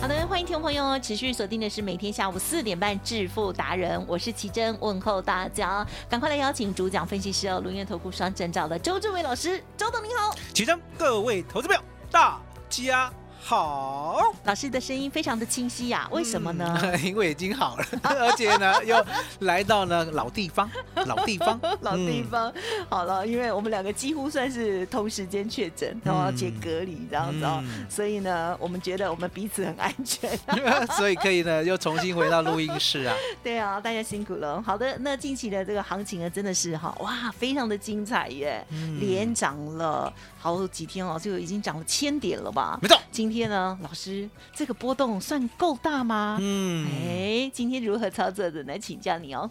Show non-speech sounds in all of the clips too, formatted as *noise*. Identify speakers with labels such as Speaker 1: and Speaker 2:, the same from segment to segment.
Speaker 1: 好的，欢迎听众朋友持续锁定的是每天下午四点半《致富达人》，我是奇珍，问候大家，赶快来邀请主讲分析师哦，轮源投顾双证照的周志伟老师，周董您好，
Speaker 2: 起身，各位投资朋友，大家好。
Speaker 1: 老师的声音非常的清晰呀、啊为什么呢？，
Speaker 2: 嗯 *laughs* 因为已经好了，而且呢，又来到呢老地方，老地方
Speaker 1: *laughs* 老地
Speaker 2: 嗯。
Speaker 1: 方、好了，因为我们两个几乎算是同时间确诊，然后要解隔离这样子哦、
Speaker 2: 嗯
Speaker 1: 所以呢，我们觉得我们彼此很安全。
Speaker 2: *laughs* 所以可以呢，又重新回到录音
Speaker 1: *laughs*
Speaker 2: 室啊。
Speaker 1: 对啊，大家辛苦了。好的，那近期的这个行情呢，真的是哈哇，非常的精彩耶，
Speaker 2: 嗯
Speaker 1: 连涨了好几天哦，就已经涨了千点了吧？
Speaker 2: 没错
Speaker 1: 今天呢，老师这个波动算够大吗？
Speaker 2: 嗯，
Speaker 1: 哎，今天如何操作的呢？请教你哦。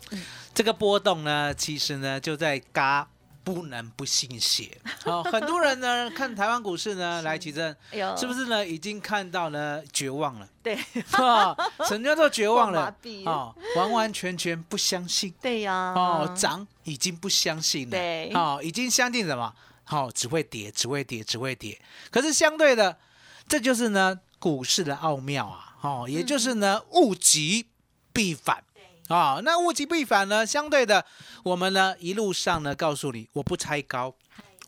Speaker 2: 这个波动呢，其实呢就在嘎。不能不信邪。好、很多人呢看台湾股
Speaker 1: *laughs*
Speaker 2: 市呢，来奇正，
Speaker 1: 哎呦
Speaker 2: 是不
Speaker 1: 是？
Speaker 2: 是呢已经看到呢绝望了？ *laughs*
Speaker 1: 对
Speaker 2: 啊，什么叫做绝
Speaker 1: 望
Speaker 2: 望了
Speaker 1: 麻痹？
Speaker 2: 哦，完完全全不相信。
Speaker 1: 对呀、
Speaker 2: 哦，涨已经不相信了，
Speaker 1: 对
Speaker 2: 哦，已经相信什么？好、只会跌，只会跌，只会跌。可是相对的，这就是呢股市的奥妙啊，哦，也就是呢、
Speaker 1: 嗯
Speaker 2: 物极必反。啊、那物极必反呢？相对的，我们呢一路上呢告诉你，我不猜高，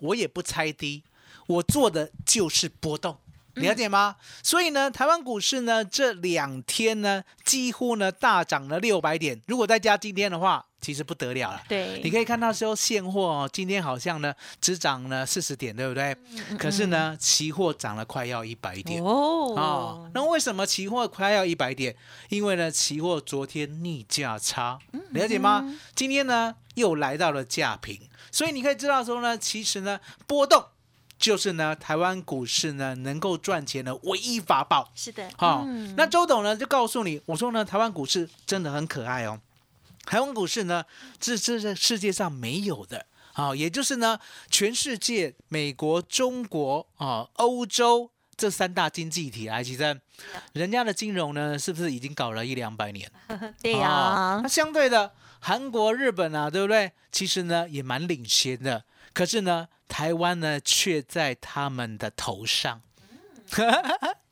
Speaker 2: 我也不猜低，我做的就是波动，了解吗？所以呢，台湾股市呢这两天呢几乎呢大涨了六百点，如果再加今天的话，其实不得了了。
Speaker 1: 对，
Speaker 2: 你可以看到说现货哦，今天好像呢只涨了四十点，对不对？可是呢，期货涨了快要一百点。
Speaker 1: 哦
Speaker 2: 哦，那为什么期货快要一百点？因为呢，期货昨天逆价差，了解吗？今天呢又来到了价平，所以你可以知道说呢，其实呢波动就是呢台湾股市呢能够赚钱的唯一法宝。
Speaker 1: 是的，嗯
Speaker 2: 好、那周董呢就告诉你，我说呢台湾股市真的很可爱哦，台湾股市呢这这是世界上没有的。好、也就是呢，全世界美国、中国啊、欧洲这三大经济体来，其实人家的金融呢，是不是已经搞了一两百年？
Speaker 1: 对呀、
Speaker 2: 哦那相对的，韩国、日本啊，对不对？其实呢，也蛮领先的。可是呢，台湾呢，却在他们的头上。 *laughs*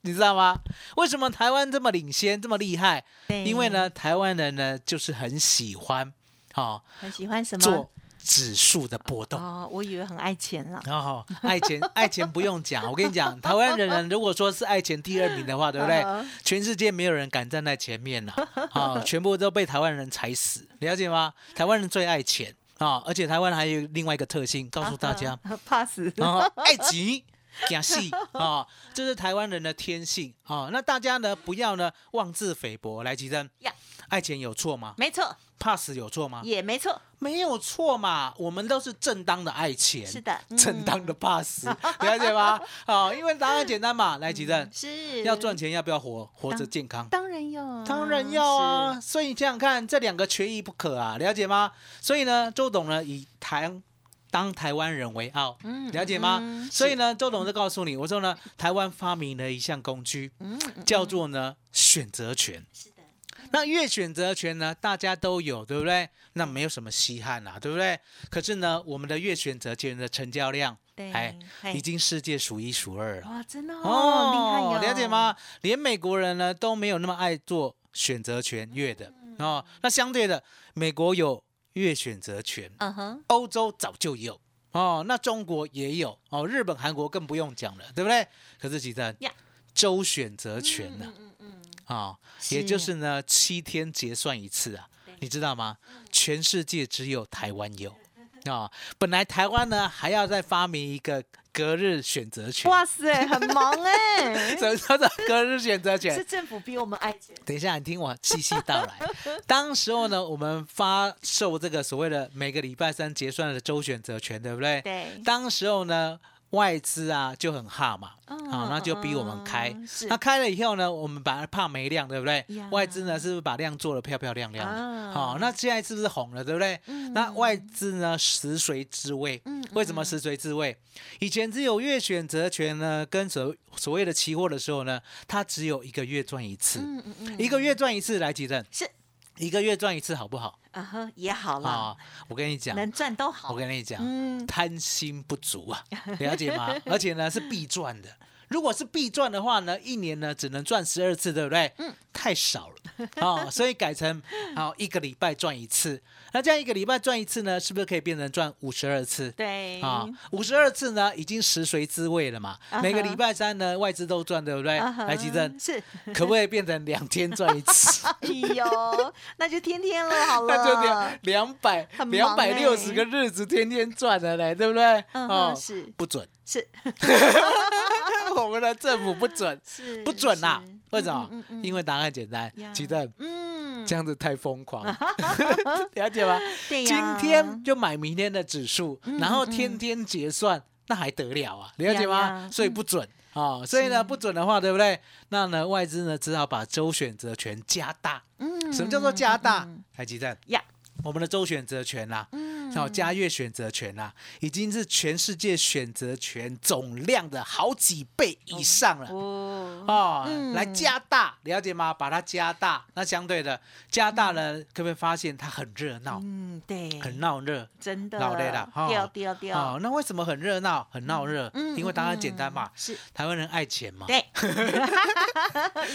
Speaker 2: 你知道吗？为什么台湾这么领先，这么厉害？
Speaker 1: 对
Speaker 2: 因为，呢，台湾人呢，就是很喜欢哦
Speaker 1: 很喜欢什么？
Speaker 2: 做指数的波动。
Speaker 1: 哦，我以为很爱钱啦。
Speaker 2: 然后爱钱，爱钱不用讲，我跟你讲，台湾人呢，如果说是爱钱第二名的话，对不对
Speaker 1: 嗯哼？
Speaker 2: 全世界没有人敢站在前面了，啊，全部都被台湾人踩死，了解吗？台湾人最爱钱啊，而且台湾还有另外一个特性，告诉
Speaker 1: Uh-huh
Speaker 2: 大家，
Speaker 1: *laughs* 怕死。
Speaker 2: 啊， *laughs* 爱急。假戏啊，这是台湾人的天性啊。那大家呢，不要呢妄自菲薄。来，吉珍
Speaker 1: 呀，
Speaker 2: 爱钱有错吗？
Speaker 1: 没错，
Speaker 2: 怕死有错吗？
Speaker 1: 也没错，
Speaker 2: 没有错嘛，我们都是正当的爱钱，
Speaker 1: 是的嗯
Speaker 2: 正当
Speaker 1: *laughs*
Speaker 2: 的 pass，了解吗？哦，因为答案简单嘛，来，吉正，
Speaker 1: 嗯是
Speaker 2: 要赚，钱要不要活活着健康？
Speaker 1: 当嗯然要，
Speaker 2: 当然要啊，所以你想想看，这两个缺一不可啊，了解吗？所以呢，周董呢以台当台湾人为傲，
Speaker 1: 嗯
Speaker 2: 了解吗？
Speaker 1: 嗯
Speaker 2: 所以呢，周董就告诉你，我说呢，台湾发明了一项工具，叫做呢选择权。
Speaker 1: 嗯是的，
Speaker 2: 那月选择权呢，大家都有，对不对？那没有什么稀罕啊啦、对不对？可是呢，我们的月选择权的成交量，
Speaker 1: 对
Speaker 2: 哎，
Speaker 1: 嘿
Speaker 2: 已经世界数一数二了。
Speaker 1: 哇，真的哦，厉害哟，
Speaker 2: 了解？吗？连美国人呢都没有那么爱做选择权月的
Speaker 1: 嗯
Speaker 2: 哦。那相对的，美国有月选择权，
Speaker 1: 嗯哼，
Speaker 2: 欧洲早就有。哦，那中国也有哦，日本、韩国更不用讲了，对不对？可是其实
Speaker 1: 呀
Speaker 2: 周选择权呢、
Speaker 1: 嗯嗯嗯，
Speaker 2: 啊，也就是呢七天结算一次啊，你知道吗？
Speaker 1: 嗯
Speaker 2: 全世界只有台湾有啊、本来台湾呢还要再发明一个隔日选择权，
Speaker 1: 哇塞，很忙哎、
Speaker 2: *laughs* 什么叫做隔日选择权
Speaker 1: 是？政府逼我们爱钱，
Speaker 2: 等一下，你听我细细道
Speaker 1: *laughs*
Speaker 2: 来。当时候呢，我们发售这个所谓的每个礼拜三结算的周选择权，对不对？
Speaker 1: 对
Speaker 2: 当时候呢，外资啊就很怕嘛，啊、
Speaker 1: 嗯
Speaker 2: 那就逼我们开
Speaker 1: 嗯。是
Speaker 2: 那开了以后呢，我们把它怕没量，对不对
Speaker 1: 呀
Speaker 2: 外资呢是不是把量做得漂漂亮亮
Speaker 1: 啊
Speaker 2: 的？好、那现在是不是红了，对不对？那外资呢食髓知味，
Speaker 1: 嗯
Speaker 2: 为什么食髓知味？以前只有月选择权呢，跟所所谓的期货的时候呢，它只有一个月赚一次。
Speaker 1: 嗯嗯嗯，
Speaker 2: 一个月赚一次来急诊，
Speaker 1: 是
Speaker 2: 一个月赚一次好不好？
Speaker 1: 啊呵也好
Speaker 2: 啊、
Speaker 1: 啦，
Speaker 2: 我跟你讲，
Speaker 1: 能赚都好
Speaker 2: 我，跟你讲，
Speaker 1: 嗯
Speaker 2: 贪心不足啊，了解吗？ *laughs* 而且呢是必赚的。如果是必赚的话呢，一年呢只能赚十二次，对不对？嗯，太少了哦，所以改成好、一个礼拜赚一次。那这样一个礼拜赚一次呢，是不是可以变成赚五十二次？
Speaker 1: 对
Speaker 2: 啊，五十二次呢已经食髓知味了嘛。
Speaker 1: 啊哈
Speaker 2: 每个礼拜三呢外资都赚，对不对？
Speaker 1: 啊呵
Speaker 2: 哎来急诊，
Speaker 1: 是，
Speaker 2: 可不可以变成两天赚一次？
Speaker 1: *laughs* 哎呦，那就天天了好了，
Speaker 2: *laughs* 那就两两百
Speaker 1: 很
Speaker 2: 两
Speaker 1: 忙
Speaker 2: 百六十
Speaker 1: 欸
Speaker 2: 个日子，天天赚的嘞，对不对？
Speaker 1: 嗯哼是
Speaker 2: 不准，
Speaker 1: 是
Speaker 2: *laughs* 我们的政府不准，
Speaker 1: 是
Speaker 2: 不准呐、啊
Speaker 1: 是！
Speaker 2: 为什么？
Speaker 1: 嗯嗯嗯
Speaker 2: 因为答案简单
Speaker 1: 呀，
Speaker 2: 鸡蛋
Speaker 1: 嗯，
Speaker 2: 这样子太疯狂， *laughs* 了解吗？
Speaker 1: 对
Speaker 2: 今
Speaker 1: 哎呀
Speaker 2: 天就买明天的指数，然后
Speaker 1: 嗯
Speaker 2: 天天结算，那还得了啊？了
Speaker 1: 呀
Speaker 2: 解
Speaker 1: 呀嗯
Speaker 2: 吗？所以不准啊，所以呢不准的话，对不对？那呢外资呢只好把周选择权加大。
Speaker 1: 嗯
Speaker 2: 什么叫做加大
Speaker 1: 嗯嗯？
Speaker 2: 台积蛋
Speaker 1: 呀，
Speaker 2: 我们的周选择权啊啦、
Speaker 1: 嗯
Speaker 2: 然后加月选择权啦、已经是全世界选择权总量的好几倍以上了。
Speaker 1: 哦，
Speaker 2: 哦，
Speaker 1: 嗯
Speaker 2: 来加大，了解吗？把它加大，那相对的加大呢，可不可以发现它很热闹，
Speaker 1: 嗯，对，
Speaker 2: 哦很闹热？
Speaker 1: 真的，
Speaker 2: 老累了哈
Speaker 1: 掉掉掉，
Speaker 2: 哦，那为什么很热闹、很闹热？
Speaker 1: 嗯
Speaker 2: 因为答案简单嘛，
Speaker 1: 是
Speaker 2: 台湾人爱钱嘛，
Speaker 1: 对，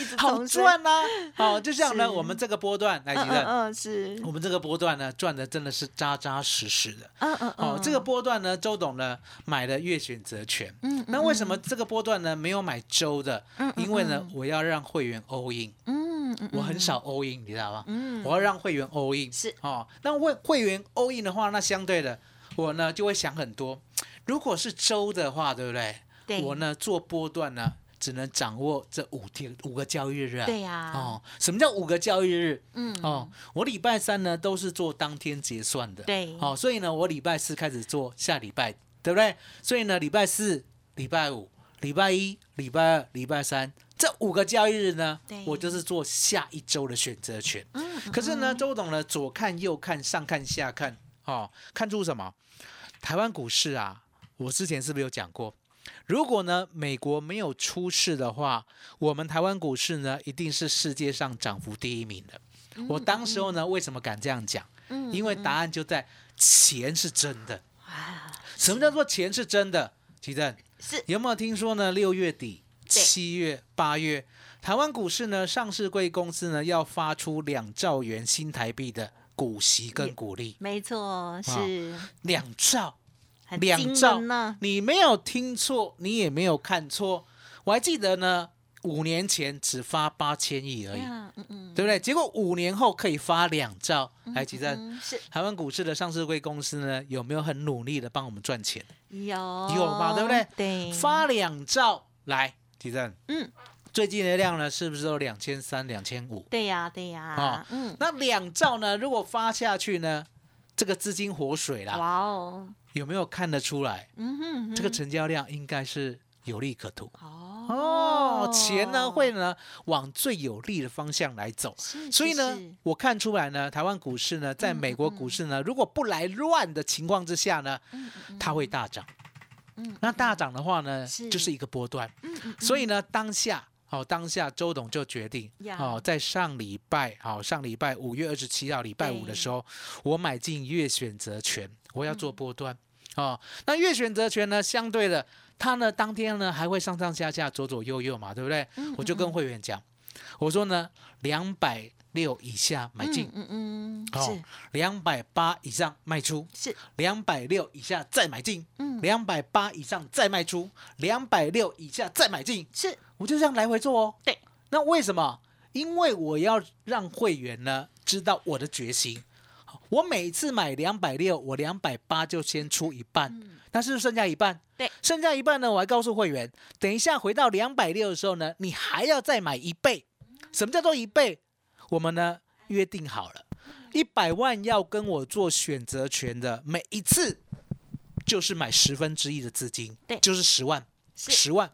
Speaker 1: 一直
Speaker 2: 好
Speaker 1: 重申，
Speaker 2: 赚啊！
Speaker 1: *laughs*
Speaker 2: 哦，就像
Speaker 1: 是
Speaker 2: 呢，我们这个波段来
Speaker 1: 嗯
Speaker 2: 吉哦
Speaker 1: 嗯
Speaker 2: 的，
Speaker 1: 嗯是，
Speaker 2: 我们这个波段呢，赚的真的是扎扎实实的。
Speaker 1: 嗯嗯
Speaker 2: 哦，
Speaker 1: 嗯
Speaker 2: 这个波段呢，周董呢买了月选择权。
Speaker 1: 嗯
Speaker 2: 那为什么这个波段呢没有买周的？
Speaker 1: 嗯嗯
Speaker 2: 因为呢，我要让会员 all in，
Speaker 1: 嗯嗯
Speaker 2: 我很少 all in，你知道吗？
Speaker 1: 嗯
Speaker 2: 我要让会员 all in。
Speaker 1: 是
Speaker 2: 哦，那会会员 all in 的话，那相对的我呢就会想很多。如果是周的话，对不对？
Speaker 1: 对
Speaker 2: 我呢做波段呢，只能掌握这五天五个交易日啊。
Speaker 1: 对呀
Speaker 2: 哦，什么叫五个交易日？
Speaker 1: 嗯
Speaker 2: 哦，我礼拜三呢都是做当天结算的，
Speaker 1: 对
Speaker 2: 哦，所以呢，我礼拜四开始做，下礼拜对不对？所以呢，礼拜四、礼拜五、礼拜一、礼拜二、礼拜三这五个交易日呢
Speaker 1: 对，
Speaker 2: 我就是做下一周的选择权。
Speaker 1: 嗯
Speaker 2: 可是呢，周董呢左看右看，上看下看，哦，看出什么？台湾股市啊，我之前是不是有讲过？如果呢，美国没有出事的话，我们台湾股市呢，一定是世界上涨幅第一名的。我当时候呢，为什么敢这样讲？
Speaker 1: 嗯
Speaker 2: 因为答案就在钱是真的。
Speaker 1: 啊
Speaker 2: 什么叫做钱是真的？奇正
Speaker 1: 是
Speaker 2: 有没有听说呢？六月底、
Speaker 1: 对
Speaker 2: 七月、八月，台湾股市呢，上市贵公司呢要发出两兆元新台币的股息跟股利，
Speaker 1: 没错，是
Speaker 2: 两兆。
Speaker 1: 很
Speaker 2: 两
Speaker 1: 惊
Speaker 2: 兆
Speaker 1: 人呢，
Speaker 2: 你没有听错，你也没有看错。我还记得呢，五年前只发八千亿而
Speaker 1: 对
Speaker 2: 已，
Speaker 1: 呀，嗯嗯，
Speaker 2: 对不啊对？结果五年后可以发两兆，来，吉正。
Speaker 1: 嗯是
Speaker 2: 台湾股市的上市贵公司呢，有没有很努力的帮我们赚钱？
Speaker 1: 有
Speaker 2: 有嘛，对不对？
Speaker 1: 对，
Speaker 2: 发两兆来，吉正，
Speaker 1: 嗯，
Speaker 2: 最近的量呢，是不是都两千三、两千五？
Speaker 1: 对呀对呀
Speaker 2: 哦，
Speaker 1: 嗯，
Speaker 2: 那两兆呢，如果发下去呢，这个资金活水啦，
Speaker 1: 哇哦，
Speaker 2: 有没有看得出来？
Speaker 1: 嗯哼，
Speaker 2: 这个成交量应该是有利可图。
Speaker 1: 哦
Speaker 2: 哦，钱呢会呢往最有利的方向来走。
Speaker 1: 是，
Speaker 2: 所以
Speaker 1: 是
Speaker 2: 呢
Speaker 1: 是，
Speaker 2: 我看出来呢，台湾股市呢，在美国股市呢，如果不来乱的情况之下呢，
Speaker 1: 嗯
Speaker 2: 它会大涨。那大涨的话呢
Speaker 1: 是，嗯
Speaker 2: 就是一个波段。所以呢，当下。好、当下周董就决定
Speaker 1: 呀，
Speaker 2: 哦，在上礼拜，好、上礼拜五月二十七号，礼拜五的时候，我买进月选择权，我要
Speaker 1: 嗯
Speaker 2: 做波段，哦，那月选择权呢，相对的，它呢当天呢还会上
Speaker 1: 嗯
Speaker 2: 上下下、左左右右嘛，对不对？我就跟会员讲，我说呢，两百六以下买进，
Speaker 1: 嗯嗯嗯，
Speaker 2: 哦
Speaker 1: 是，
Speaker 2: 两百八以上卖出，
Speaker 1: 是，
Speaker 2: 两百六以下再买进，
Speaker 1: 嗯
Speaker 2: 两百八以上再卖出，两百六以下再买进，
Speaker 1: 是，
Speaker 2: 我就这样来回做哦。
Speaker 1: 对，
Speaker 2: 那为什么？因为我要让会员呢知道我的决心。我每次买两百六，我两百八就先出一半，但是剩下一半，
Speaker 1: 嗯对，
Speaker 2: 剩下一半呢，我还告诉会员，等一下回到两百六的时候呢，你还要再买一倍。什么叫做一倍？我们呢约定好了，一百万要跟我做选择权的，每一次就是买十分之一的资金，
Speaker 1: 对
Speaker 2: 就是十万，
Speaker 1: 是
Speaker 2: 十万。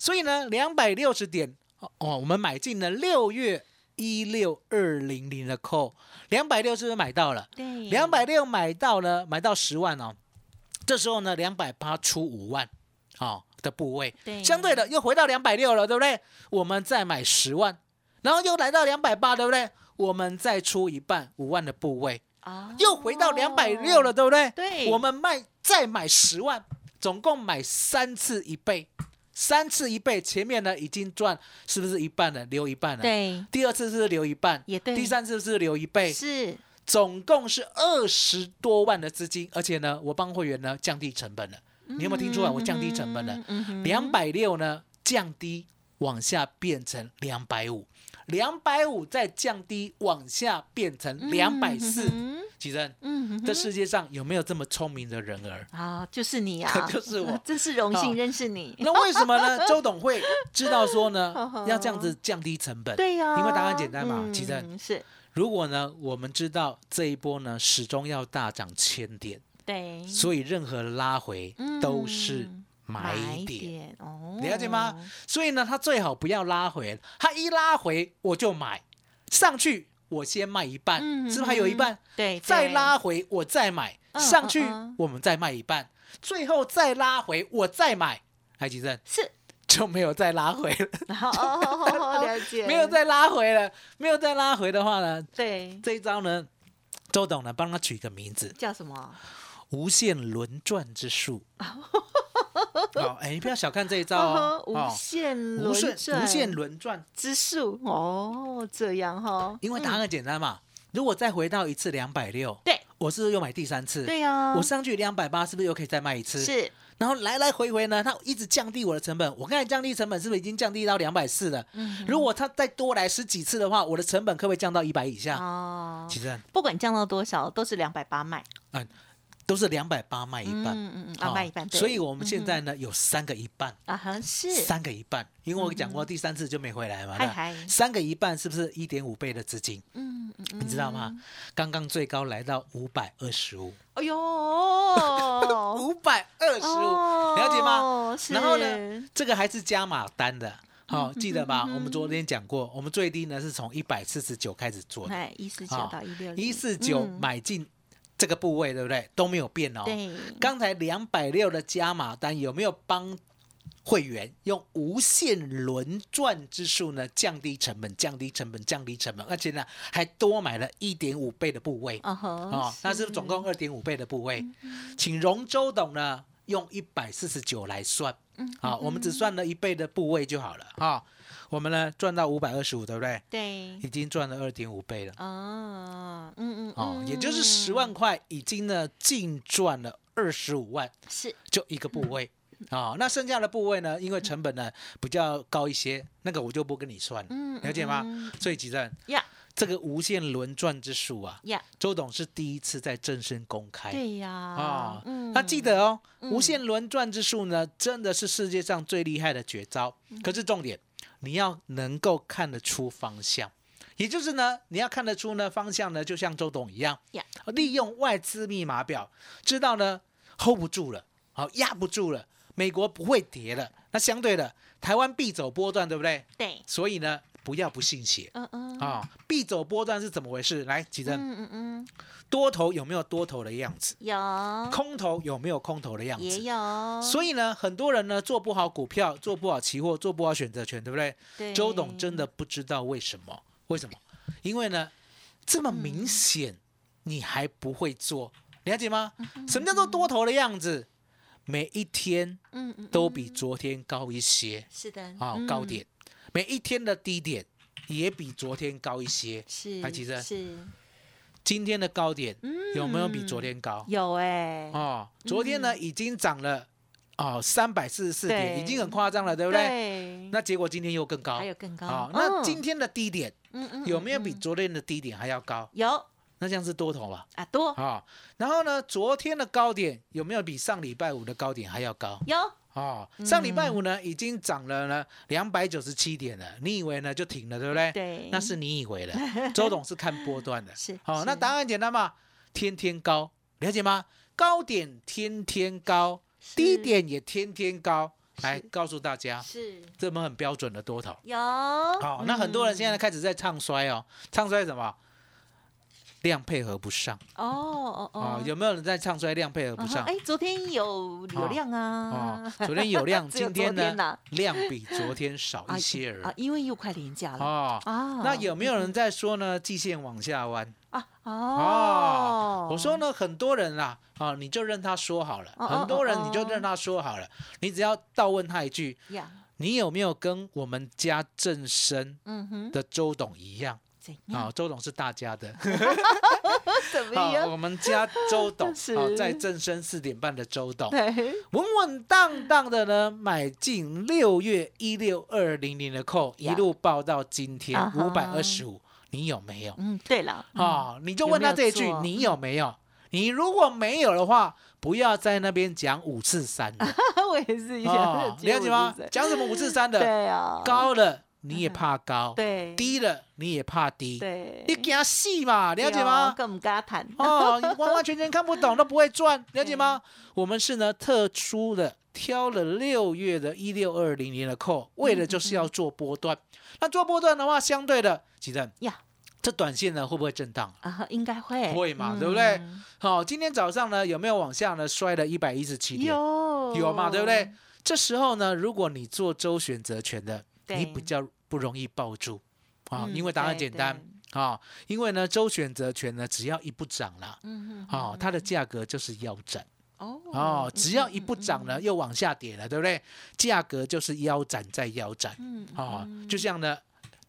Speaker 2: 所以呢，两百六十点哦哦，我们买进了六月一六二零零的 call，两百六是不是买到了？
Speaker 1: 对，
Speaker 2: 两百六买到了，买到十万哦。这时候呢，两百八出五万，哦的部位，
Speaker 1: 对
Speaker 2: 相对的又回到两百六了，对不对？我们再买十万，然后又来到两百八，对不对？我们再出一半五万的部位，
Speaker 1: 啊
Speaker 2: 又回到两百六了，，对不对？
Speaker 1: 对
Speaker 2: 我们卖再买十万，总共买三次一倍，三次一倍，前面呢已经赚是不是一半了，留一半了？。
Speaker 1: 对，
Speaker 2: 第二次是不是留一半？
Speaker 1: 也对
Speaker 2: 第三次是不是留一倍？
Speaker 1: 是，
Speaker 2: 总共是二十多万的资金，而且呢，我帮会员呢降低成本了。你有没有听出啊来？我降低成本了，
Speaker 1: 嗯哼，
Speaker 2: 两百六呢降低往下变成两百五，两百五再降低往下变成两百四。
Speaker 1: 嗯
Speaker 2: 奇珍，
Speaker 1: 嗯哼，
Speaker 2: 这世界上有没有这么聪明的人儿？
Speaker 1: 啊，就是你啊，
Speaker 2: *laughs* 就是
Speaker 1: *laughs*
Speaker 2: 我
Speaker 1: 真是荣幸
Speaker 2: 哦
Speaker 1: 认识你。
Speaker 2: *laughs* 那为什么呢？周董会知道说
Speaker 1: *laughs* 呵
Speaker 2: 呢
Speaker 1: 呵，
Speaker 2: 要这样子降低成
Speaker 1: 嗯
Speaker 2: 本。
Speaker 1: 对呀、
Speaker 2: 因为答案简单嘛，奇珍。
Speaker 1: 嗯是
Speaker 2: 如果呢，我们知道这一波呢始终要大涨千点，
Speaker 1: 对，
Speaker 2: 所以任何拉回都是
Speaker 1: 嗯
Speaker 2: 买点，
Speaker 1: 哦，
Speaker 2: 了解吗？所以呢，它最好不要拉回，它一拉回我就买，上去我先卖一半，
Speaker 1: 嗯
Speaker 2: 是不是还有一半？
Speaker 1: 对，
Speaker 2: 再
Speaker 1: 对
Speaker 2: 拉回我再买，
Speaker 1: 嗯
Speaker 2: 上去
Speaker 1: 嗯嗯
Speaker 2: 我们再卖一半，最后再拉回我再买，海吉正
Speaker 1: 是，
Speaker 2: 就没有再拉回了，
Speaker 1: 好，哦哦哦 *laughs* 哦 *laughs* 了解，
Speaker 2: 没有再拉回了，没有再拉回的话呢，
Speaker 1: 对，
Speaker 2: 这一招呢，周董呢帮他取个名字，
Speaker 1: 叫什么？，
Speaker 2: 无限轮转之术。哦，哎，你不要小看这一招哦
Speaker 1: 嗯无
Speaker 2: 哦
Speaker 1: 限
Speaker 2: 无
Speaker 1: 轮
Speaker 2: 限
Speaker 1: 转，
Speaker 2: 无限轮转，
Speaker 1: 之术哦，这样哈、哦，
Speaker 2: 因为答案很简单嘛。
Speaker 1: 嗯
Speaker 2: 如果再回到一次两百六，
Speaker 1: 对，
Speaker 2: 我是不是又买第三次？
Speaker 1: 对啊呀
Speaker 2: 我上去两百八，是不是又可以再卖一次？。
Speaker 1: 是
Speaker 2: 然后来来回回呢，它一直降低我的成本。我刚才降低成本是不是已经降低到两百四了？
Speaker 1: 嗯
Speaker 2: 如果它再多来十几次的话，我的成本可不可以降到一百以下？
Speaker 1: 哦，
Speaker 2: 啊其实，
Speaker 1: 不管降到多少，都是两百八卖，
Speaker 2: 嗯，都是两百八卖一半。
Speaker 1: 嗯嗯嗯，啊
Speaker 2: 哦
Speaker 1: 卖一半，对嗯
Speaker 2: 所以我们现在呢有三个一半，
Speaker 1: 啊哈是
Speaker 2: 三个一半，因为我讲过第三次就没回来嘛。
Speaker 1: 嗨
Speaker 2: 那
Speaker 1: 嗨
Speaker 2: 三个一半是不是一点五倍的资金？
Speaker 1: 嗯嗯嗯，
Speaker 2: 你知道吗？刚刚最高来到五百二十五，
Speaker 1: 哎呦，
Speaker 2: 五百二 *laughs* 十
Speaker 1: 哦
Speaker 2: 五，了解吗？
Speaker 1: 是
Speaker 2: 然后呢，这个还是加码单的。
Speaker 1: 嗯
Speaker 2: 好、记得吧？我们昨天讲过，我们最低呢是从一百四十九开始做的，
Speaker 1: 哎，一四九
Speaker 2: 啊
Speaker 1: 到一六嗯
Speaker 2: 一四九买进这个部位，对不对？都没有变哦。
Speaker 1: 对
Speaker 2: 刚才两百六的加码单有没有帮会员用无限轮转之术呢？降低成本，降低成本，降低成本，而且呢还多买了一点五倍的部位
Speaker 1: 哦嗯吼，
Speaker 2: 哦，那是不是总共二点五倍的部位，请荣周董呢用一百四十九来算，
Speaker 1: 嗯
Speaker 2: 好、我们只算了一倍的部位就好了哈、我们呢赚到五百二十五，对不对？
Speaker 1: 对
Speaker 2: 已经赚了二点五倍了。
Speaker 1: 啊，嗯嗯
Speaker 2: 哦，也就是
Speaker 1: 嗯
Speaker 2: 十万块已经呢净赚了二十五万，
Speaker 1: 是
Speaker 2: 就一个部位
Speaker 1: 嗯
Speaker 2: 啊、那剩下的部位呢，因为成本呢比较高一些，那个我就不跟你算了，
Speaker 1: 嗯
Speaker 2: 了解吗？
Speaker 1: 嗯
Speaker 2: 所以吉正
Speaker 1: 呀
Speaker 2: 这个无限轮转之术啊，
Speaker 1: 呀，
Speaker 2: 周董是第一次在正身公开。
Speaker 1: 对呀
Speaker 2: 啊，
Speaker 1: 嗯，
Speaker 2: 哎那记得哦，无限轮转之术呢，真的是世界上最厉害的绝招。
Speaker 1: 嗯
Speaker 2: 可是重点，你要能够看得出方向，也就是呢，你要看得出呢方向呢，就像周董一样
Speaker 1: 呀，
Speaker 2: 利用外资密码表，知道呢 hold 不住了，好、压不住了，美国不会跌了，那相对的，台湾必走波段，对不对？
Speaker 1: 对，
Speaker 2: 所以呢，不要不信邪
Speaker 1: 嗯嗯，
Speaker 2: 啊、必走波段是怎么回事？来，吉珍，
Speaker 1: 嗯嗯嗯，
Speaker 2: 多头有没有多头的样子？
Speaker 1: 有
Speaker 2: 空头有没有空头的样
Speaker 1: 也
Speaker 2: 子？
Speaker 1: 有，
Speaker 2: 所以呢，很多人呢做不好股票，做不好期货，做不好选择权，对不对？
Speaker 1: 对
Speaker 2: 周董真的不知道为什么？为什么？因为呢，这么明显，你还不会做，了解吗？
Speaker 1: 嗯
Speaker 2: 什么叫做多头的样子？每一天
Speaker 1: 嗯嗯
Speaker 2: 哦都比昨天高一些
Speaker 1: 是的嗯
Speaker 2: 啊、高，点，每一天的低点也比昨天高一些。
Speaker 1: 是，
Speaker 2: 台积电
Speaker 1: 是
Speaker 2: 今天的高点
Speaker 1: 嗯
Speaker 2: 有没有比昨天高？
Speaker 1: 有哎，
Speaker 2: 哦，昨天呢已经涨了哦三百四十四点，
Speaker 1: 嗯对
Speaker 2: 已经很夸张了，对不对？
Speaker 1: 对，
Speaker 2: 那结果今天又更高
Speaker 1: 还，有更高
Speaker 2: 好，，
Speaker 1: 嗯
Speaker 2: 那今天的低点
Speaker 1: 嗯嗯
Speaker 2: 有没有
Speaker 1: 嗯
Speaker 2: 比
Speaker 1: 嗯
Speaker 2: 昨天的低点还要高？
Speaker 1: 有
Speaker 2: 那像是多头吧，
Speaker 1: 啊多
Speaker 2: 啊，然后呢，昨天的高点有没有比上礼拜五的高点还要高？
Speaker 1: 有
Speaker 2: 哦，
Speaker 1: 嗯
Speaker 2: 上礼拜五呢已经涨了呢两百九十七点了，你以为呢就停了，对不对？
Speaker 1: 对
Speaker 2: 哎那是你以为
Speaker 1: *laughs*
Speaker 2: 的，周董是看波段的。
Speaker 1: 是
Speaker 2: 哦
Speaker 1: 是，
Speaker 2: 那答案很简单嘛，天天高，了解吗？高点天天高，低
Speaker 1: 是
Speaker 2: 点也天天高，来
Speaker 1: 嗯是
Speaker 2: 告诉大家，
Speaker 1: 是
Speaker 2: 这么很标准的多头。
Speaker 1: 有
Speaker 2: 好、那很多人现在
Speaker 1: 哦嗯
Speaker 2: 开始在唱衰哦，唱衰什么？量配合不上
Speaker 1: 哦哦
Speaker 2: 哦
Speaker 1: 哦，
Speaker 2: 有没有人在唱衰量配合不
Speaker 1: 嗯哼
Speaker 2: 上？
Speaker 1: 哎，昨天有流量
Speaker 2: 哦
Speaker 1: *laughs* 啊，，
Speaker 2: 昨天有量，
Speaker 1: 只有
Speaker 2: 今天
Speaker 1: 昨天
Speaker 2: 呢
Speaker 1: 呐
Speaker 2: 量比昨天少
Speaker 1: *laughs* 啊
Speaker 2: 一些而
Speaker 1: 啊，因为又快廉价
Speaker 2: 已
Speaker 1: 了嗯
Speaker 2: 哦。
Speaker 1: 啊。
Speaker 2: 那有没有人在说呢？季线往下弯
Speaker 1: 啊？
Speaker 2: 哦
Speaker 1: 哦，，
Speaker 2: 啊我说呢，很多人啦，啊，你就任他说好了，
Speaker 1: 哦哦
Speaker 2: 很多人你就
Speaker 1: 哦哦
Speaker 2: 任他说好了，你只要倒问他一句，
Speaker 1: 呀，
Speaker 2: 你有没有跟我们家正生
Speaker 1: 嗯哼，
Speaker 2: 的周董一样
Speaker 1: 怎样？ *laughs*
Speaker 2: 啊？周董是大家的，
Speaker 1: 怎么
Speaker 2: 啊，
Speaker 1: 样？
Speaker 2: 我们家周
Speaker 1: *laughs*
Speaker 2: 董
Speaker 1: 是
Speaker 2: 啊，在正生四点半的周
Speaker 1: *laughs*
Speaker 2: 董，
Speaker 1: 对，
Speaker 2: 稳稳当当的呢，买进六月一六二零零的扣，一
Speaker 1: Yeah
Speaker 2: 路报到今天
Speaker 1: 啊哈
Speaker 2: 五百二十五，你有没有？
Speaker 1: 嗯，对了，
Speaker 2: 啊，你就
Speaker 1: 有
Speaker 2: 问
Speaker 1: 没
Speaker 2: 他
Speaker 1: 有
Speaker 2: 这一句
Speaker 1: 做，
Speaker 2: 你有没有？你如果没有的话，不要在那边讲五次三
Speaker 1: *laughs*
Speaker 2: 了，
Speaker 1: 嗯我也是一
Speaker 2: 啊
Speaker 1: 样，
Speaker 2: 了解吗？讲什么五次三的？
Speaker 1: 对啊，
Speaker 2: 高了你也怕高，
Speaker 1: 对
Speaker 2: 低了你也怕低，
Speaker 1: 对，
Speaker 2: 你给他细嘛，了解
Speaker 1: 对哦
Speaker 2: 吗？
Speaker 1: 更不敢谈，
Speaker 2: 哦，你完完全全看不懂都不会赚，了解吗？
Speaker 1: 嗯
Speaker 2: 我们是呢特殊的挑了六月的一六二零年的扣，为了就是要做波段。那做波段的话，相对的，吉正
Speaker 1: 嗯呀，
Speaker 2: 这短线呢会不会震荡？
Speaker 1: 啊，应该会
Speaker 2: 会嘛，
Speaker 1: 嗯
Speaker 2: 对不对？好、今天早上呢有没有往下呢摔了一百一十七点？
Speaker 1: 有
Speaker 2: 有嘛，对不对？？这时候呢，如果你做周选择权的，
Speaker 1: 对
Speaker 2: 你比较不容易抱住啊，
Speaker 1: 嗯
Speaker 2: 因为答案
Speaker 1: 对
Speaker 2: 简单啊，因为呢周选择权呢只要一不涨啦。
Speaker 1: 嗯嗯，
Speaker 2: 哦，它的价格就是腰斩
Speaker 1: 哦
Speaker 2: 哦，只要一不涨，
Speaker 1: 嗯
Speaker 2: 呢，又往下跌了，对不对？价格就是腰斩再腰斩
Speaker 1: 嗯嗯
Speaker 2: 哦，
Speaker 1: 嗯
Speaker 2: 就像呢，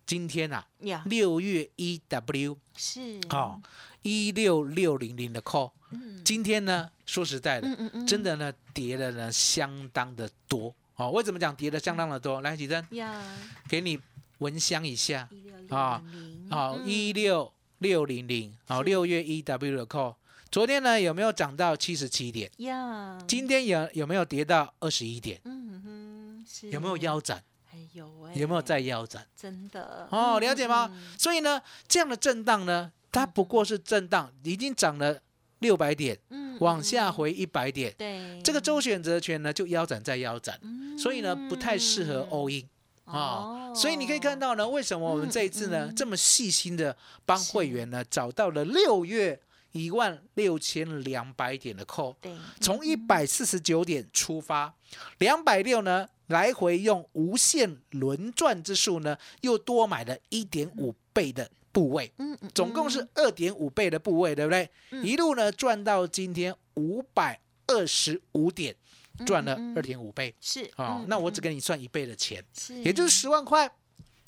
Speaker 2: 今天啊，
Speaker 1: 嗯呀，
Speaker 2: 六月一 W
Speaker 1: 是，
Speaker 2: 哦，一六六零零的 call，
Speaker 1: 嗯
Speaker 2: 今天呢，说实在
Speaker 1: 嗯
Speaker 2: 的，
Speaker 1: 嗯嗯，
Speaker 2: 真的呢，跌的呢相当的多哦。为什么讲跌的相当的多？来，启真，
Speaker 1: 呀，
Speaker 2: 给你闻香一下
Speaker 1: 一六
Speaker 2: 啊
Speaker 1: 好
Speaker 2: 哦，一六六零零哦，六月一 W 的 call，昨天呢有没有涨到七十七点？
Speaker 1: 呀，
Speaker 2: 今天有有没有跌到二十一点？
Speaker 1: 嗯哼是
Speaker 2: 有没有？腰斩？
Speaker 1: 哎有哎，
Speaker 2: 有没有在腰斩？
Speaker 1: 真的
Speaker 2: 哦，了解吗？
Speaker 1: 嗯
Speaker 2: 所以呢，这样的震荡呢，它不过是震荡，已经涨了六百点，
Speaker 1: 嗯，
Speaker 2: 往下
Speaker 1: 嗯
Speaker 2: 回一百点，
Speaker 1: 对
Speaker 2: 这个周选择权呢就腰斩再腰斩，所以呢不太适合
Speaker 1: 嗯哦
Speaker 2: all in 啊。所以你可以看到呢，为什么我们这一次
Speaker 1: 嗯
Speaker 2: 呢
Speaker 1: 嗯
Speaker 2: 这么细心的帮会员呢找到了六月一万六千两百点的扣。
Speaker 1: 对
Speaker 2: 从一百四十九点出发，两百六呢来回用无限轮转之数呢，又多买了一点五倍的部位，
Speaker 1: 嗯嗯
Speaker 2: 总共是二点五倍的部位，对不对？
Speaker 1: 嗯
Speaker 2: 一路呢赚到今天五百二十五点，赚了
Speaker 1: 嗯嗯
Speaker 2: 二点五倍
Speaker 1: 是
Speaker 2: 啊、哦
Speaker 1: 嗯
Speaker 2: 那我只
Speaker 1: 嗯
Speaker 2: 给你算一倍的钱，
Speaker 1: 是
Speaker 2: 也就是十万块。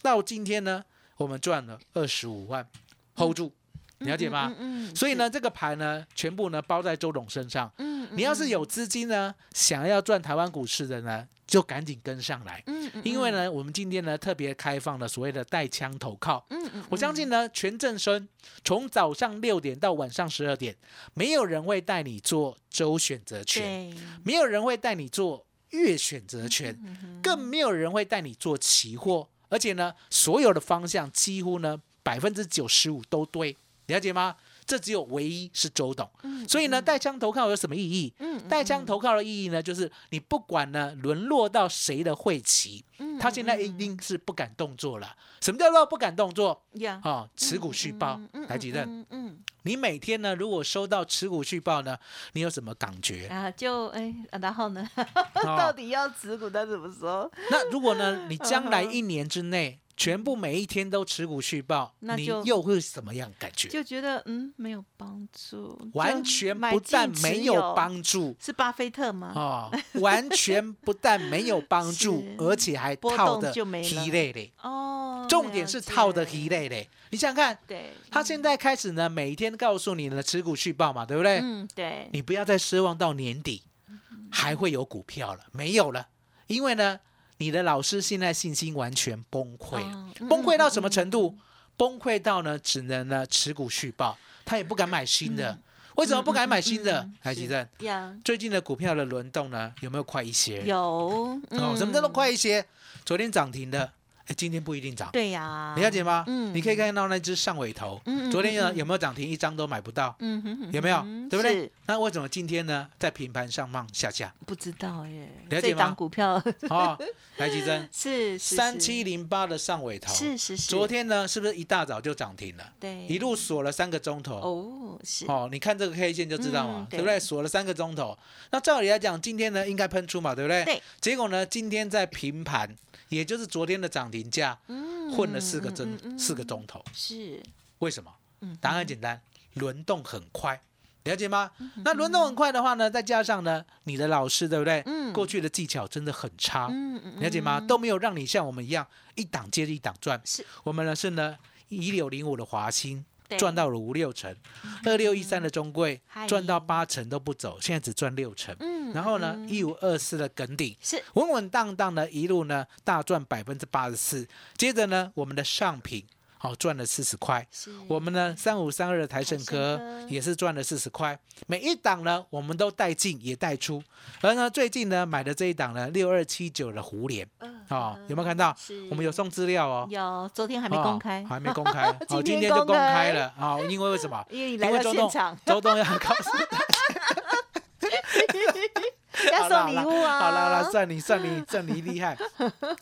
Speaker 2: 到今天呢，我们赚了二十五万，hold 住，了解吗？
Speaker 1: 嗯，嗯
Speaker 2: 所以，呢，这个牌呢，全部呢包在周董身上。
Speaker 1: 嗯嗯，
Speaker 2: 你要是
Speaker 1: 嗯，
Speaker 2: 有资金呢，想要赚台湾股市的呢，就赶紧跟上来。
Speaker 1: 嗯嗯，
Speaker 2: 因为呢，我们今天呢特别开放了所谓的带枪投靠。
Speaker 1: 嗯，嗯嗯，
Speaker 2: 我相信呢，全正生从早上六点到晚上十二点，没有人会带你做周选择权，
Speaker 1: 对，嗯
Speaker 2: 没有人会带你做月选择权，更没有人会带你做期货。而且呢，所有的方向几乎呢百分之九十五都对，了解吗？这只有唯一是周董。
Speaker 1: 嗯
Speaker 2: 所以呢，带枪投靠有什么意义？
Speaker 1: 嗯
Speaker 2: 带枪投靠的意义呢，就是你不管呢沦落到谁的会旗，
Speaker 1: 嗯
Speaker 2: 他现在一定是不敢动作了。什么叫做不敢动作？
Speaker 1: 呀，
Speaker 2: 哦，持股续报
Speaker 1: 嗯嗯，
Speaker 2: 台积电，
Speaker 1: 嗯嗯
Speaker 2: 你每天呢如果收到持股续报呢，你有什么感觉？
Speaker 1: 啊，就哎，啊然后 *laughs* 呢，到
Speaker 2: 哦，
Speaker 1: 底要持股到什么时候？ *laughs*
Speaker 2: 那如果呢你将来一年之内全部每一天都持股续报，
Speaker 1: 那
Speaker 2: 你
Speaker 1: 就
Speaker 2: 又会什么样感觉？
Speaker 1: 就觉得嗯没有帮助，
Speaker 2: 完
Speaker 1: 就
Speaker 2: 全
Speaker 1: 买
Speaker 2: 不
Speaker 1: 进
Speaker 2: 但
Speaker 1: 持嗯
Speaker 2: 没有帮助
Speaker 1: 是巴菲特吗？
Speaker 2: 哦，完全不但没有帮助
Speaker 1: *laughs* 是，
Speaker 2: 而且还
Speaker 1: 波
Speaker 2: 套
Speaker 1: 动
Speaker 2: 的
Speaker 1: 就没了
Speaker 2: 疲累累。
Speaker 1: 哦，
Speaker 2: 重点是
Speaker 1: 了解
Speaker 2: 套的疲，累累。你想想看，
Speaker 1: 对，
Speaker 2: 他现在开始呢，每天告诉你的持股续报嘛，对不对？
Speaker 1: 嗯对，
Speaker 2: 你不要再奢望到年底还会有股票了，没有了，因为呢，你的老师现在信心完全崩溃了
Speaker 1: 哦嗯
Speaker 2: 啊崩溃到什么程度？崩溃到呢，只能呢持股续报，他也不敢买新的。
Speaker 1: 嗯
Speaker 2: 为什么不敢买新的？海基正，
Speaker 1: 呀
Speaker 2: 最近的股票的轮动呢，有没有快一些？
Speaker 1: 有
Speaker 2: 哦，什么叫做
Speaker 1: 嗯
Speaker 2: 快一些？昨天涨停的，哎，今天不一定涨。
Speaker 1: 对呀，
Speaker 2: 你了解吗？
Speaker 1: 嗯
Speaker 2: 你可以看到那只上尾头
Speaker 1: 嗯嗯，
Speaker 2: 昨天呢
Speaker 1: 嗯嗯
Speaker 2: 有没有涨停？一张都买不到，
Speaker 1: 嗯哼哼
Speaker 2: 有没有
Speaker 1: 哼？
Speaker 2: 对不对
Speaker 1: 是？
Speaker 2: 那为什么今天呢在平盘上望
Speaker 1: *laughs*
Speaker 2: 下架？
Speaker 1: 不知道耶，这
Speaker 2: 了解吗
Speaker 1: 档股票，
Speaker 2: 哦，来吉珍
Speaker 1: 是是
Speaker 2: 三
Speaker 1: 是
Speaker 2: 七零八的上尾头，
Speaker 1: 是是是，
Speaker 2: 昨天呢是不是一大早就涨停了？
Speaker 1: 对
Speaker 2: 一路锁了三个钟头。
Speaker 1: 哦是
Speaker 2: 哦，你看这个 K 线就知道嘛
Speaker 1: 嗯，
Speaker 2: 对不
Speaker 1: 对
Speaker 2: 对？锁了三个钟头。那照理来讲，今天呢应该喷出嘛，对不对？
Speaker 1: 对。
Speaker 2: 结果呢，今天在平盘，也就是昨天的涨停价，混了四个
Speaker 1: 嗯嗯嗯
Speaker 2: 钟四个钟头。
Speaker 1: 是
Speaker 2: 为什么
Speaker 1: 嗯？
Speaker 2: 答案很简单，轮动很快，了解吗？
Speaker 1: 嗯
Speaker 2: 那轮动很快的话呢，再加上呢，你的老师对不对？
Speaker 1: 嗯
Speaker 2: 过去的技巧真的很差，
Speaker 1: 嗯嗯
Speaker 2: 了解吗？
Speaker 1: 嗯
Speaker 2: 都没有让你像我们一样一档接着一档赚。
Speaker 1: 是
Speaker 2: 我们呢是呢一六零五的华兴
Speaker 1: 对嗯
Speaker 2: 赚到了五六成，二六一三的中贵
Speaker 1: 嗨
Speaker 2: 赚到八成都不走，现在只赚六成。
Speaker 1: 嗯
Speaker 2: 然后呢，
Speaker 1: 嗯
Speaker 2: 一五二四的耿鼎
Speaker 1: 是
Speaker 2: 稳稳当当的一路呢大赚百分之八十四，接着呢我们的上品好、赚了四十块，
Speaker 1: 是
Speaker 2: 我们呢三五三二的台盛
Speaker 1: 台盛
Speaker 2: 科
Speaker 1: 科
Speaker 2: 也是赚了四十块，每一档呢我们都带进也带出，而呢最近呢买的这一档呢六二七九的胡联
Speaker 1: 嗯
Speaker 2: 啊、
Speaker 1: 嗯
Speaker 2: 有没有看到
Speaker 1: 是？
Speaker 2: 我们有送资料哦。
Speaker 1: 有昨天还
Speaker 2: 还
Speaker 1: 没公开，
Speaker 2: 还没
Speaker 1: *laughs*
Speaker 2: 公开，哦，
Speaker 1: 今天
Speaker 2: 今天就
Speaker 1: 公
Speaker 2: 公
Speaker 1: 开
Speaker 2: 开了啊、因为为什么？
Speaker 1: *laughs* 因为你
Speaker 2: 因
Speaker 1: 来
Speaker 2: 为
Speaker 1: 到
Speaker 2: 周
Speaker 1: 现
Speaker 2: 董 *laughs*
Speaker 1: 场，
Speaker 2: 周董要告诉大家
Speaker 1: 要送礼物啊！
Speaker 2: *laughs* 好啦好啦，算你算你算你
Speaker 1: *laughs*
Speaker 2: 厉害。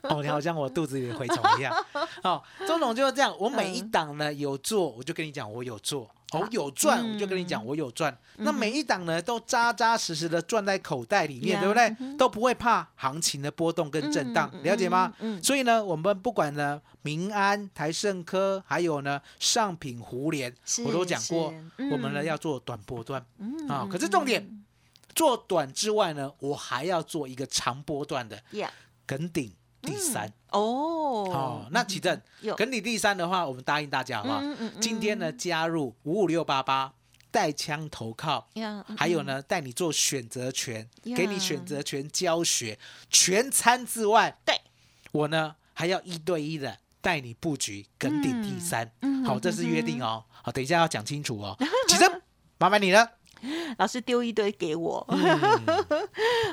Speaker 2: 哦，你好像我肚子里的蛔虫一样。哦，周总就是这样，我每
Speaker 1: 嗯
Speaker 2: 一档呢有做，我就跟你讲我有做；
Speaker 1: 啊
Speaker 2: 哦有赚，
Speaker 1: 嗯
Speaker 2: 我就跟你讲我有赚。那每一档呢都扎扎实实的赚在口袋里面，
Speaker 1: 呀
Speaker 2: 对不对？都不会怕行情的波动跟震荡
Speaker 1: 嗯嗯，嗯
Speaker 2: 了解吗
Speaker 1: 嗯嗯？
Speaker 2: 所以呢，我们不管呢民安、台盛科，还有呢上品胡联
Speaker 1: 是，
Speaker 2: 我都讲过
Speaker 1: 是嗯，
Speaker 2: 我们呢要做短波段
Speaker 1: 嗯
Speaker 2: 啊。可是
Speaker 1: 嗯
Speaker 2: 重点。做短之外呢，我还要做一个长波段的
Speaker 1: 呀
Speaker 2: 梗顶第三。哦
Speaker 1: 嗯哦，，
Speaker 2: 那奇正
Speaker 1: 有
Speaker 2: 梗顶第三的话，我们答应大家好不好？
Speaker 1: 嗯嗯嗯
Speaker 2: 啊今天呢，加入五五六八八带枪投靠。
Speaker 1: 呀，嗯
Speaker 2: 还有
Speaker 1: 嗯
Speaker 2: 呢，带你做选择权，
Speaker 1: 呀
Speaker 2: 给你选择权教学全餐之外，
Speaker 1: 对
Speaker 2: 我呢还要一对一的带你布局梗顶第三。
Speaker 1: 嗯
Speaker 2: 好，这是约定哦。好，等一下要讲清楚哦。奇正，麻烦你了。
Speaker 1: 嗯
Speaker 2: 嗯
Speaker 1: 老师丢一堆给我。 *laughs*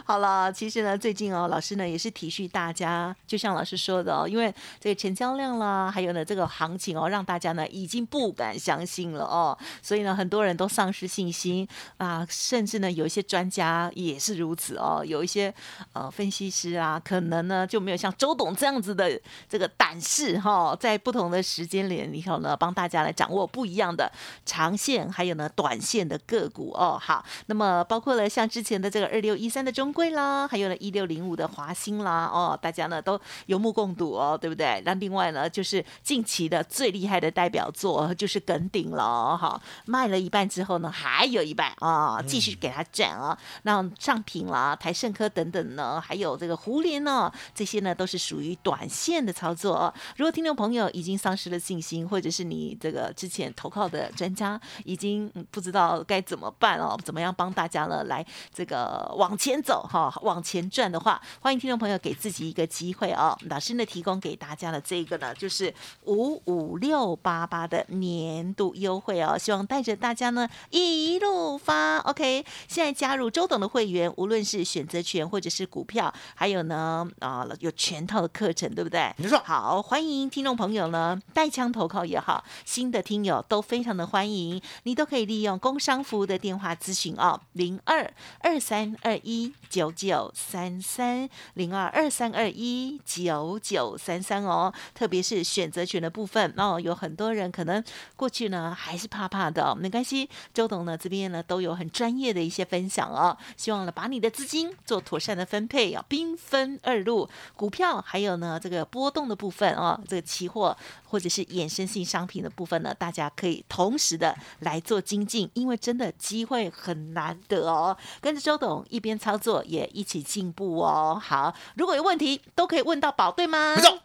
Speaker 1: 好了，其实呢，最近哦，老师呢也是体恤大家，就像老师说的哦，因为这个成交量啦，还有呢这个行情哦，让大家呢已经不敢相信了哦，所以呢，很多人都丧失信心啊，甚至呢有一些专家也是如此哦，有一些呃分析师啊，可能呢就没有像周董这样子的这个胆识哈、在不同的时间点里头呢，帮大家来掌握不一样的长线还有呢短线的个股哦。好，那么包括了像之前的这个二六一三的中贵啦，还有呢一六零五的华兴啦，哦，大家呢都有目共睹哦，对不对？那另外呢，就是近期的最厉害的代表作就是耿鼎了哦哈、卖了一半之后呢，还有一半啊、继续给它赚啊、那上品啦、台盛科等等呢，还有这个胡联呢，这些呢都是属于短线的操作哦。如果听众朋友已经丧失了信心，或者是你这个之前投靠的专家已经嗯不知道该怎么办哦，怎么样帮大家呢来这个往前走哈、往前转的话，欢迎听众朋友给自己一个机会哦。老师呢提供给大家的这个呢就是五五六八八的年度优惠哦，希望带着大家呢一路发。OK，现在加入周董的会员，无论是选择权或者是股票，还有呢啊、有全套的课程，对不对？
Speaker 2: 没错
Speaker 1: 好，欢迎听众朋友呢带枪投靠也好，新的听友都非常的欢迎，你都可以利用工商服务的电话。电话咨询哦，零二二三二一九九三三零二二三二一九九三三哦。特别是选择权的部分哦，有很多人可能过去呢还是怕怕的哦、没关系，周董呢这边呢都有很专业的一些分享哦，希望呢把你的资金做妥善的分配哦，兵分二路，股票还有呢这个波动的部分哦，这个期货或者是衍生性商品的部分呢，大家可以同时的来做精进，因为真的机会很难得哦。跟着周董一边操作，也一起进步哦。好，如果有问题都可以问到宝，对吗？
Speaker 2: 没错，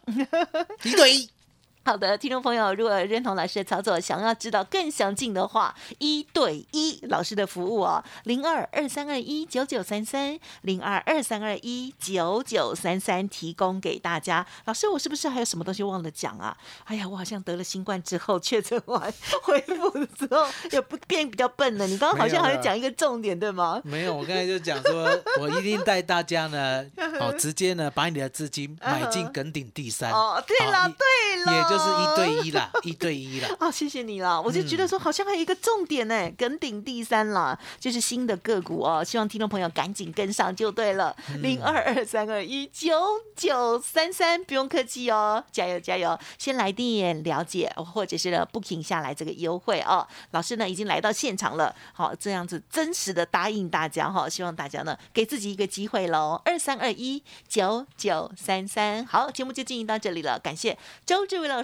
Speaker 2: 一对一。
Speaker 1: 好的，听众朋友，如果认同老师的操作，想要知道更详尽的话，一对一老师的服务哦，零二二三二一九九三三，零二二三二一九九三三提供给大家。老师，我是不是还有什么东西忘了讲啊？哎呀，我好像得了新冠之后确诊完 *laughs* 恢复之后，也不变比较笨了。你刚刚好像还有讲一个重点，对吗？
Speaker 2: 没有，我刚才就讲说，我一定带大家 *laughs* 呢，哦，直接呢把你的资金买进梗顶第三。
Speaker 1: 哦，对了，
Speaker 2: 好
Speaker 1: 对了，
Speaker 2: 也就是一对一 *laughs* 啦，一对一啦。
Speaker 1: 哦，谢谢你啦！我就觉得说，好像还有一个重点呢，梗顶第三啦，就是新的个股哦，希望听众朋友赶紧跟上就对了。零二二三二一九九三三，不用客气哦，加油加油！先来电了解，或者是呢 booking 下来这个优惠哦。老师呢已经来到现场了，好、这样子真实的答应大家哈、希望大家呢给自己一个机会喽。二三二一九九三三，好，节目就进行到这里了，感谢周志伟老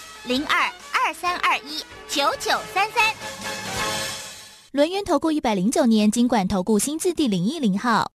Speaker 3: 零二二三二一九九三三。
Speaker 4: 轮源投顾一百零九年经管投顾新字第零一零号。